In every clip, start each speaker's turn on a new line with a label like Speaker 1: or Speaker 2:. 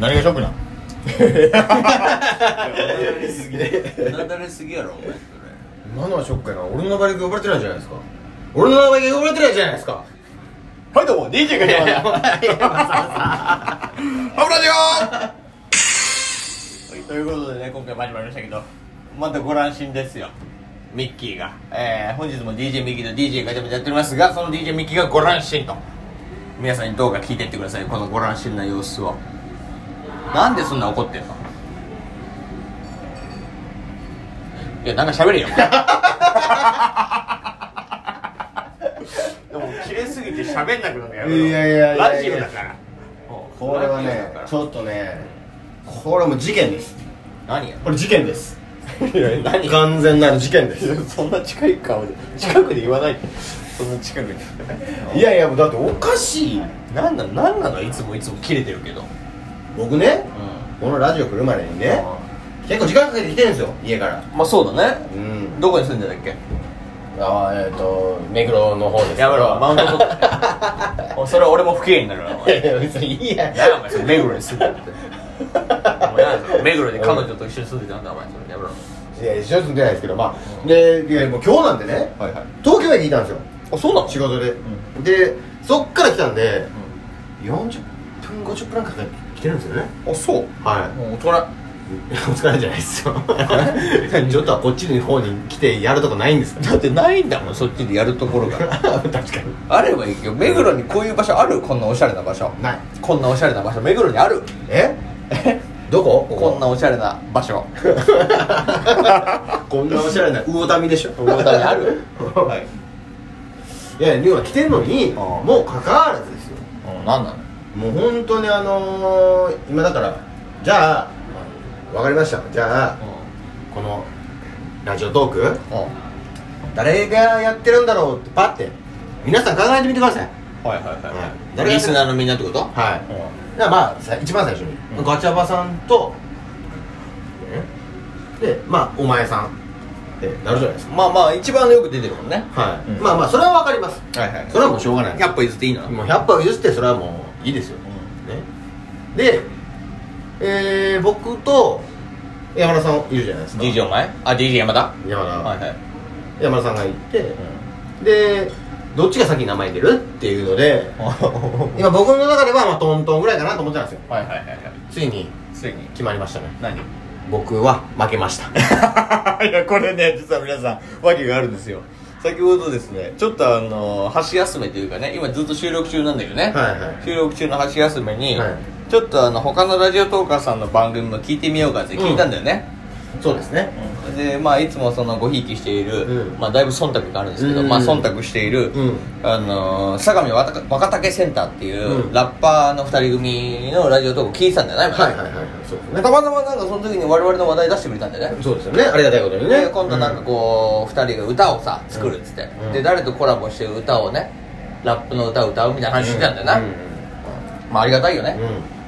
Speaker 1: 何がショッ クなん
Speaker 2: だれ すぎうなだれすぎやろお前そ
Speaker 3: 今のはショックやな俺の名前が呼ばれてないじゃないですか俺の名前が呼ばれてないじゃないですか
Speaker 1: はいどうも DJ が来ましたハブラジ
Speaker 2: れということでね今回も始まりましたけどまたご乱心ですよミッキーが、えー、本日も DJ ミッキーと DJ ガチャガチャやっておりますがその DJ ミッキーがご乱心と皆さんに動画聞いてってくださいこのご乱心な様子をなんでそんな怒ってんのいやなんか喋 れよでも切れすぎて喋んなくなるのやめろ
Speaker 3: いやいやいやいや
Speaker 2: ラジオだからもう
Speaker 3: これは
Speaker 2: ラジオだ
Speaker 3: ね
Speaker 2: から
Speaker 3: ちょっとねこれはもう事件です
Speaker 2: 何や
Speaker 3: これ事件です
Speaker 1: オ
Speaker 2: 何 が
Speaker 3: 完全なる事件です
Speaker 1: そんな近い顔で近くで言わない
Speaker 2: そんな近くに
Speaker 3: いやいやもうだっておかしい
Speaker 2: 何なの何なのいつもいつも切れてるけど
Speaker 3: 僕ね
Speaker 2: う
Speaker 3: このラジオ来るまでにね結構時間かけて来てるんですよ家から
Speaker 2: んまあそうだね
Speaker 3: うん
Speaker 2: どこに住んでたっけ
Speaker 3: ああえっ、と目黒の方です
Speaker 2: やめろマウント取って おいそれは俺も不機嫌になるわお前
Speaker 3: いやいや別にいいや
Speaker 2: 何やお前それ目黒に住んでるってお前何やそれ目黒で彼女と一緒に住んでたんだお前それやめろ
Speaker 3: いや一緒に住んでないですけどまあでいやもう今日なんでね、
Speaker 1: はいはい
Speaker 3: 東京駅いたんですよ
Speaker 2: あそうなの
Speaker 3: 仕事で、
Speaker 1: う
Speaker 3: でそっから来たんで、40分50分なんか来てるんですよね
Speaker 2: あそう
Speaker 3: はい
Speaker 2: もう大人
Speaker 3: お疲れじゃないですよ ちょっとはこっちの方に来てやるとこないんですか
Speaker 2: だってないんだもんそっちでやるところが
Speaker 3: 確かに
Speaker 2: あればいいけど目黒にこういう場所あるこんなおしゃれな場所
Speaker 3: ない
Speaker 2: こんなおしゃれな場所目黒にある
Speaker 3: えど こ
Speaker 2: こんなおしゃれな場所
Speaker 3: なこんなおしゃれな 魚民でしょ
Speaker 2: 魚民ある
Speaker 3: はいいや龍は来てんのに
Speaker 2: ああ
Speaker 3: もうかかわらずですよ
Speaker 2: うん何なの
Speaker 3: もう本当にあのー、今だからじゃあわかりましたじゃあこのラジオトーク
Speaker 2: うんうん
Speaker 3: 誰がやってるんだろうってパッて皆さん考えてみてください
Speaker 2: はいはいはい
Speaker 3: はい
Speaker 2: はいリスナーのみんなってこと
Speaker 3: はい、だからまあさ一番最初に、
Speaker 2: うん
Speaker 3: ガチャバさんと、でまあお前さんってなるじゃないです
Speaker 2: まあまあ一番よく出てるもんね
Speaker 3: かはい、
Speaker 1: うん
Speaker 3: まあまあそれはわかります
Speaker 2: はいはい
Speaker 3: それはもうしょうがない
Speaker 2: 100歩譲っていいな
Speaker 3: もう100歩譲ってそれはもういいですよ、ねで、えー、僕と山田さんいるじゃないですか
Speaker 2: DJ お前あ DJ 山田
Speaker 3: 山田、
Speaker 2: はいはい
Speaker 3: 山田さんがいて、でどっちが先に名前出るっていうので 今僕の中ではまあトントンぐらいかなと思ってたんですよ
Speaker 2: はいはいはいはい
Speaker 3: ついに
Speaker 2: ついに
Speaker 3: 決まりましたね
Speaker 2: 何
Speaker 3: 僕は負けま した
Speaker 1: いやこれね実は皆さん訳があるんですよ先ほどですねちょっとあの
Speaker 2: 箸休めというかね今ずっと収録中なんだけどね
Speaker 3: はいはい
Speaker 2: 収録中の箸休めに
Speaker 3: はい
Speaker 2: ちょっとあの他のラジオトーカーさんの番組も聞いてみようかって聞いたんだよね
Speaker 3: そうですね
Speaker 2: でまあいつもそのごひいきしている、
Speaker 3: うん
Speaker 2: まあだいぶ忖度があるんですけど、
Speaker 3: うん
Speaker 2: まあ忖度している、
Speaker 3: うん
Speaker 2: あのー相模若若竹センターっていう、
Speaker 3: うん
Speaker 2: ラッパーの二人組のラジオトーク聞いてたんだよね、今
Speaker 3: はい
Speaker 2: ね
Speaker 3: はいはいはいそうです
Speaker 2: で
Speaker 3: ね
Speaker 2: たまたまなんかその時に我々の話題出してくれたんだよね
Speaker 3: そうですよねありがたいことにね
Speaker 2: で今度なんかこう、二人が歌をさ作るっつって、
Speaker 3: うん
Speaker 2: で誰とコラボして歌をねラップの歌を歌うみたいな話してたんだよな、
Speaker 3: うんうん
Speaker 2: まあありがたいよね、
Speaker 3: うん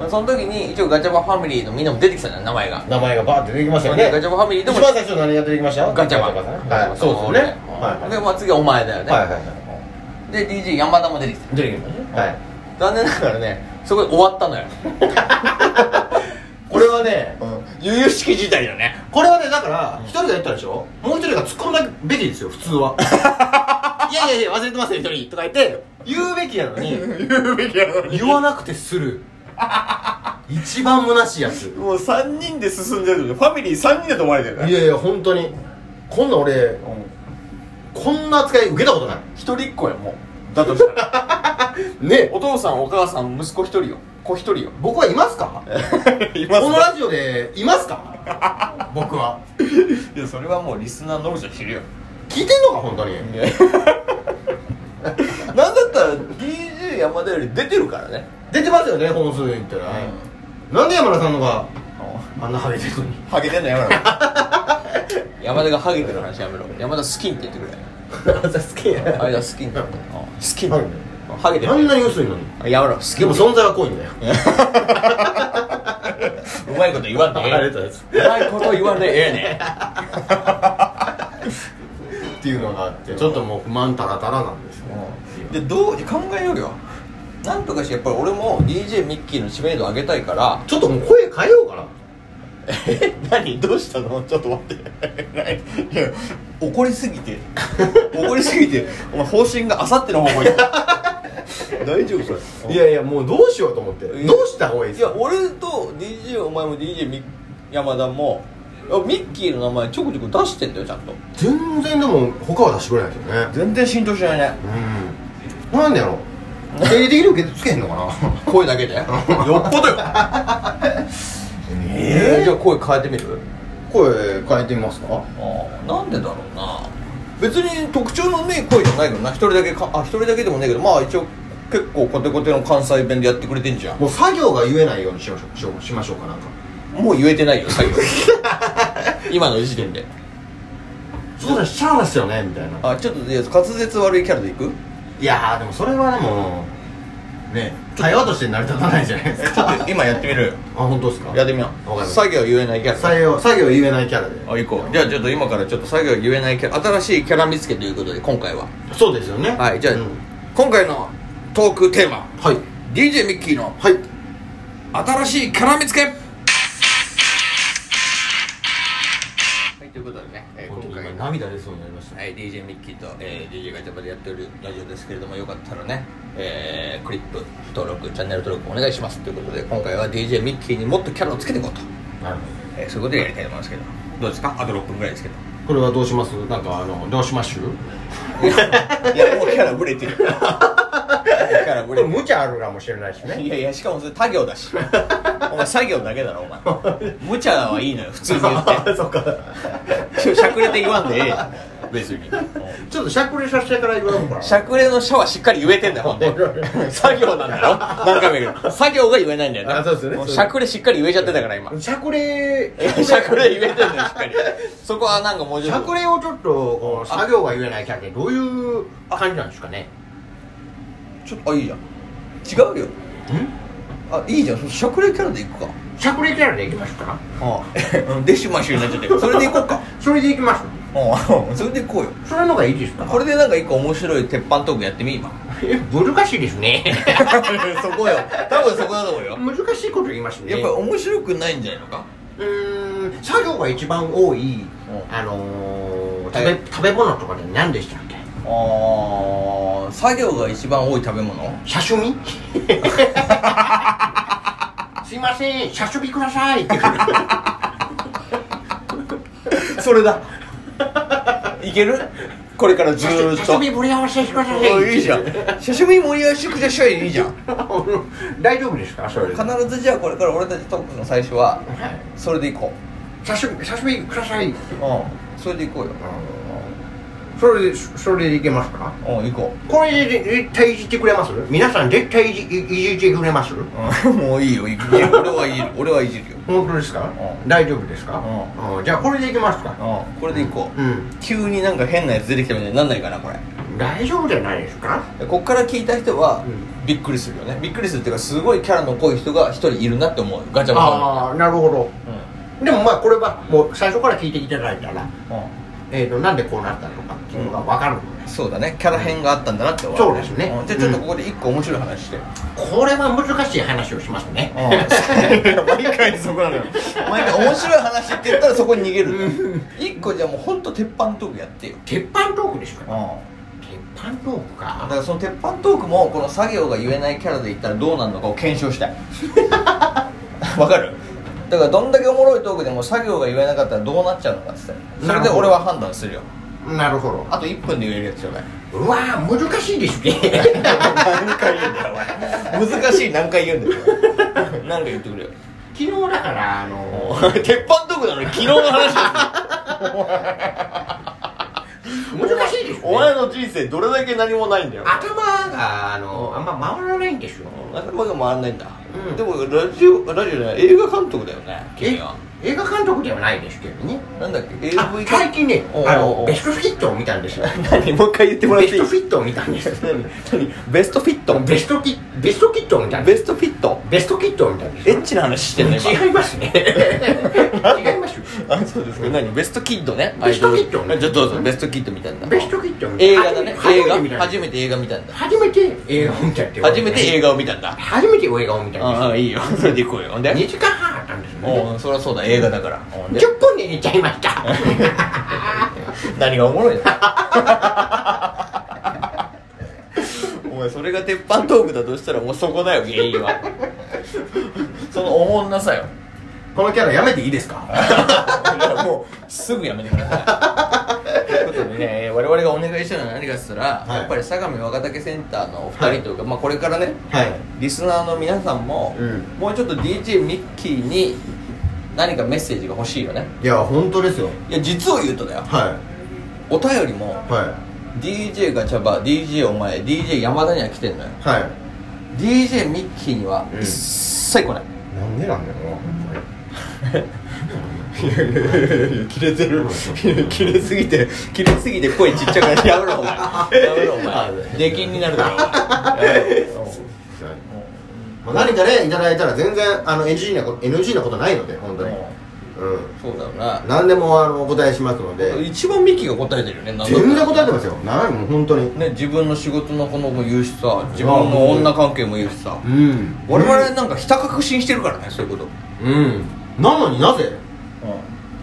Speaker 2: まあその時に一応ガチャバファミリーのみんなも出てきたんだよ名前が
Speaker 3: 名前がバーって出てきましたよね
Speaker 2: ガチャバファミリーでも
Speaker 3: 一番最初何やってきました
Speaker 2: ガチャバン
Speaker 3: さんはいそうですよねはい
Speaker 2: で、まあ、次はお前だよね、
Speaker 3: はいはいは
Speaker 2: で DJ 山田も出てきた
Speaker 3: い出てきましたねはい
Speaker 2: 残念ながらねそこで終わったのよ
Speaker 3: これはね
Speaker 2: 悠々しき事態だね
Speaker 3: これはねだから一人がやったでしょもう一人が突っ込んだべきですよ普通 はいやいやいや忘れてますよ一人とか言って言うべきやのに
Speaker 1: 言うべきやの
Speaker 3: 言わなくてする一番虚しいやつ
Speaker 1: もう3人で進んでるのにファミリー3人だと思われてるから
Speaker 3: いやいや本当にこんな俺こんな扱い受けたことない
Speaker 2: 一人っ子やもうだとしたら
Speaker 3: ね
Speaker 2: お父さんお母さん息子一人よ子一人 よ
Speaker 3: 僕はいますか
Speaker 1: いま
Speaker 3: こ
Speaker 1: す
Speaker 3: の
Speaker 1: か
Speaker 3: ラジオでいますか僕はい
Speaker 2: やそれはもうリスナーのみじゃ知るよ
Speaker 3: 聞いてんのか本当に
Speaker 2: いや なんだったら DJ 山田より出てるからね
Speaker 3: 出てますよね本数で言ったら、なんで山田さんのがあんなハゲてるのに
Speaker 1: ハゲてんのやめろハ
Speaker 2: 山田がハゲてる話やめろ山田スキンって言ってくれ
Speaker 3: あんた好きや
Speaker 2: 間スキンって
Speaker 3: うん
Speaker 2: スキン
Speaker 3: ハゲて
Speaker 2: ハゲて
Speaker 3: あん
Speaker 2: る
Speaker 3: なに薄いのに
Speaker 2: やめろスキ
Speaker 3: で
Speaker 2: ン
Speaker 3: も
Speaker 2: って
Speaker 3: 存在は濃いんだよ
Speaker 2: うまいこと言わん でええ
Speaker 3: ありがとうございます
Speaker 2: うまいこと言わんでええね
Speaker 3: っていうのがあってちょっともう不満たらたらなんですよ
Speaker 2: でどう考えようよなんとかしてやっぱり俺も DJ ミッキーの知名度上げたいから
Speaker 3: ちょっともう声変えようかな
Speaker 1: え何どうしたのちょっと待って いや怒りすぎて怒りすぎてお前方針があさっての方向に 大丈夫それ
Speaker 3: いやいやもうどうしようと思って
Speaker 2: いや
Speaker 3: どうした方がいいで
Speaker 2: い
Speaker 3: す
Speaker 2: や
Speaker 3: か
Speaker 2: 俺と DJ お前も DJ ミ山田もいやミッキーの名前ちょくちょく出してんだよちゃんと
Speaker 3: 全然でも他は出してくれないですよね
Speaker 1: 全然浸透しないね
Speaker 3: うんなんでやろ う経理的に受けつけへんのかな
Speaker 2: 声だ けでよっぽどよ
Speaker 3: ええ
Speaker 2: じゃあ声変えてみる
Speaker 3: 声変えてみますか
Speaker 2: ああなんでだろうな別に特徴のねえ声じゃないけどな一人だけかあ一人だけでもねえけどまあ一応結構コテコテの関西弁でやってくれてんじゃん
Speaker 3: もう作業が言えないようにしましょうしようしましょうかなんか
Speaker 2: もう言えてないよ最後 今の時点で
Speaker 3: そうだしゃあですよねみたいな
Speaker 2: あちょっとで滑舌悪いキャラでいく
Speaker 3: いやーでもそれはでもね会話として成り立たないじゃないです
Speaker 2: え
Speaker 3: か
Speaker 2: ちょっと今やってみる
Speaker 3: あ本当ですか
Speaker 2: やってみよ
Speaker 3: わか
Speaker 2: う
Speaker 3: りました
Speaker 2: 作業言えないキャラ
Speaker 3: 作業作業言えないキャラで
Speaker 2: あ行こうじゃあちょっと今からちょっと作業言えないキャラ新しいキャラ見つけということで今回は
Speaker 3: そうですよね
Speaker 2: はいじゃあ、
Speaker 3: うん
Speaker 2: 今回のトークテーマ
Speaker 3: はい
Speaker 2: DJ ミッキーの
Speaker 3: はい
Speaker 2: 新しいキャラ見つけはいということでね、えー
Speaker 3: 本当
Speaker 2: 今
Speaker 3: に
Speaker 2: 回
Speaker 3: 今
Speaker 2: の、は
Speaker 3: 涙出そうになりましたね
Speaker 2: い、DJ ミッキーと、えー DJ ガチャバでやってるラジオですけれどもよかったらね、えークリップ登録チャンネル登録お願いしますということで今回は DJ ミッキーにもっとキャラをつけていこうと、
Speaker 3: なるほど
Speaker 2: えーそういうことでやりたいと思いますけどどうですかあと6分ぐらいですけど
Speaker 3: これはどうしますなんかあのどうしまし
Speaker 2: い
Speaker 3: ゅう
Speaker 2: やもうキャラぶれてるキャラぶれてる
Speaker 3: 無茶あるかもしれないし
Speaker 2: いやいやしかもそれ他行だ しお前作業だけだろお前無茶はいいのよ普通に言 って
Speaker 3: そうか
Speaker 2: しゃくれて言わんでええやん別に
Speaker 3: ちょっとしゃくれさせてから言わんから
Speaker 2: しゃくれの「しゃ」はしっかり言えてんだよほん で作業なんだろ何回も言うけど作業が言えないんだよ
Speaker 3: あそうですよね
Speaker 2: もしゃくれしっかり言えちゃってたから今
Speaker 3: しゃくれ
Speaker 2: いやしゃくれ言えてんだよしっかりそこはなんかもうち
Speaker 3: し
Speaker 2: ょ
Speaker 3: ゃ
Speaker 2: っと
Speaker 3: くれをちょっとこう作業が言えないキャラってどういう感じなんですかね
Speaker 2: ちょっとあいいじゃん違うよあいいじゃんしゃくれキャラでいくか
Speaker 3: しゃくれキャラでいきますか
Speaker 2: ああデシマッシュになっちゃってるそれでいこうか
Speaker 3: それでいきます
Speaker 2: ああ それでいこうよ
Speaker 3: それの方がいいですか
Speaker 2: これでなんか一個面白い鉄板トークやってみ 今
Speaker 3: 難しいですね
Speaker 2: そこよ多分そこだと思うよ
Speaker 3: 難しいこと言いますね
Speaker 2: やっぱり面白くないんじゃないのか
Speaker 3: うーん作業が一番多い、
Speaker 2: ん
Speaker 3: あのー
Speaker 2: はい
Speaker 3: 食べ食べ物とかで何でしたっけ
Speaker 2: ああ作業が一番多い食べ物
Speaker 3: 刺身すいません刺身くださいって
Speaker 2: それだいけるこれからずーっと
Speaker 3: 刺身盛り合わせしてくださ
Speaker 2: お
Speaker 3: い
Speaker 2: いいじゃん刺身盛り合わせくださいいいじゃん
Speaker 3: 大丈夫ですかそれで
Speaker 2: 必ずじゃあこれから俺たちトークの最初は
Speaker 3: はい
Speaker 2: それでいこ
Speaker 3: 刺身刺身ください、
Speaker 2: ううんそれでいこうよ
Speaker 3: それでそれでいけますか
Speaker 2: うん行こ
Speaker 3: これで絶対いじってくれます皆さん絶対いじいいじってくれます
Speaker 2: う、うん、もういいよいくいや俺はいじる俺はいじるよ
Speaker 3: 本当ですか、
Speaker 2: うん
Speaker 3: 大丈夫ですか、うんじゃあこれでいきますか、
Speaker 2: うんこれでいこう、
Speaker 3: うん
Speaker 2: 急になんか変なやつ出てきたみたいになんないかなこれ
Speaker 3: 大丈夫じゃないですか
Speaker 2: こっから聞いた人は
Speaker 3: うん
Speaker 2: びっくりするよねびっくりするっていうかすごいキャラの濃い人が一人いるなって思うガチャバ
Speaker 3: ああなるほど
Speaker 2: さん
Speaker 3: でもまあこれはもう最初から聞いていただいたら、
Speaker 2: うん、
Speaker 3: えー、となんでこうなったのかっていうのが分かるので、
Speaker 2: そうだねキャラ変があったんだなって思
Speaker 3: そうですね
Speaker 2: んじゃあちょっとここで一個面白い話して、
Speaker 3: これは難しい話をしますね、
Speaker 1: 毎回そこなのよ
Speaker 2: 毎回面白い話って言ったらそこに逃げる一個じゃあもう本当鉄板トークやってよ、
Speaker 3: 鉄板トークです
Speaker 2: うん、
Speaker 3: か
Speaker 2: だ
Speaker 3: 鉄板トーク
Speaker 2: か
Speaker 3: から
Speaker 2: その鉄板トークもこの作業が言えないキャラで言ったらどうなるのかを検証したい わかるだからどんだけおもろいトークでも作業が言えなかったらどうなっちゃうのかって言ったらそれで俺は判断するよ
Speaker 3: なるほど
Speaker 2: あと1分で言えるやつじゃないう
Speaker 3: わー難しい ですね
Speaker 2: 何回言うんだよお前難しい何回言うんだよお前何か言ってくれよ
Speaker 3: 昨日だからあのー
Speaker 2: 鉄板トークなのに昨日の話だ
Speaker 3: 難しい です
Speaker 1: お
Speaker 3: ね
Speaker 1: 前の人生どれだけ何もないんだよ
Speaker 3: 頭があのーあんま回らないんですよ
Speaker 2: 頭が回んないんだ、
Speaker 3: うん
Speaker 2: でもラジオラジオじゃない映画監督だよね
Speaker 3: え
Speaker 2: 君は
Speaker 3: 映画監督ではないですけどね
Speaker 2: なんだっけ
Speaker 3: あ
Speaker 2: AV
Speaker 3: 最近ね
Speaker 2: おうおう
Speaker 3: あの
Speaker 2: おう
Speaker 3: ベストフィットを見た んですよ
Speaker 1: 何もう一回言ってもらっ
Speaker 3: ベ
Speaker 1: て
Speaker 3: ス
Speaker 1: いい
Speaker 3: トフィットを見たんです
Speaker 1: 何何ベストフィット
Speaker 3: ベストキベストキットを見たんで
Speaker 2: ベ
Speaker 3: す
Speaker 2: ストフィット
Speaker 3: ベストキットを見たんです
Speaker 2: エッチな話してんの今
Speaker 3: 違いますね違いましょう
Speaker 2: あそうですか何ベストキッドね
Speaker 3: ベストキッド
Speaker 2: アイドルじゃあどうぞベストキッドみたいな
Speaker 3: ベストキッド
Speaker 2: 映画だね映画初
Speaker 3: 初
Speaker 2: め
Speaker 3: めて
Speaker 2: て映画見たんだ
Speaker 3: 初めて映画を見たってことね
Speaker 2: 初めて映画を見たんだ
Speaker 3: 初めて映画を見たんです
Speaker 2: ああいいよそれで行こうよほんで
Speaker 3: 2時間半あったんですもんね
Speaker 2: おうそりゃそうだ映画だからほんで
Speaker 3: 10分で寝ちゃいました
Speaker 2: 何がおもろいの お前それが鉄板トークだとしたらもうそこだよ原因はそのおもんなさよ
Speaker 3: このキャラやめていいですか
Speaker 2: もうすぐやめてくださいということでねえー我々がお願いしたのは何かっつったら、
Speaker 3: はい
Speaker 2: やっぱり相模若竹センターのお二人というか、まあこれからね
Speaker 3: はい
Speaker 2: リスナーの皆さんも、
Speaker 3: うん
Speaker 2: もうちょっと DJ ミッキーに何かメッセージが欲しいよね
Speaker 3: いや本当ですよ
Speaker 2: いや実を言うとだよ
Speaker 3: は
Speaker 2: お便りも
Speaker 3: いは
Speaker 2: DJ ガチャバ DJ お前 DJ 山田には来てんのよ
Speaker 3: いはい
Speaker 2: DJ ミッキーには
Speaker 3: うん
Speaker 2: 一切来ない、
Speaker 3: なんでなんだろうなほんまに
Speaker 2: いやいやいやいや切れてる切れすぎて切れすぎて声ちっちゃくなるやめろお前やめろお
Speaker 3: あ
Speaker 2: 前出禁になるだろお前やめろ
Speaker 3: まあ、何かねいただいたら全然あの NG なこと NG なことないので本当にうん
Speaker 2: そうだよな
Speaker 3: 何でもあのお答えしますので
Speaker 2: 一番ミッキーが答えてるよねなんだ
Speaker 3: 全然答えてますよ何もう本当に
Speaker 2: ね自分の仕事のこのも言うしさ自分の女関係も言うしさ
Speaker 3: うん
Speaker 2: 我々なんかひた確信してるからねそういうこと
Speaker 3: うんなのになぜ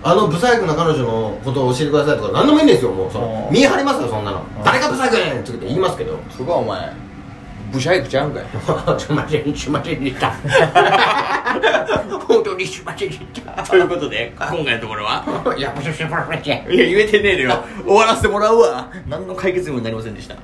Speaker 3: あの不細工な彼女のことを教えてくださいとか何でもいいんですよもうその
Speaker 2: うん
Speaker 3: 見え張りますよそんなの
Speaker 2: ん
Speaker 3: 誰が不細工やねんって言って言いますけ ど
Speaker 2: そこはお前ブシャイクちゃうんかい
Speaker 3: すいませんすいませんで した本当にすいませんでした
Speaker 2: ということで今回のところ はい
Speaker 3: やすいません
Speaker 2: いや言えてねえのよ終わらせてもらうわ何の解決にもなりませんでした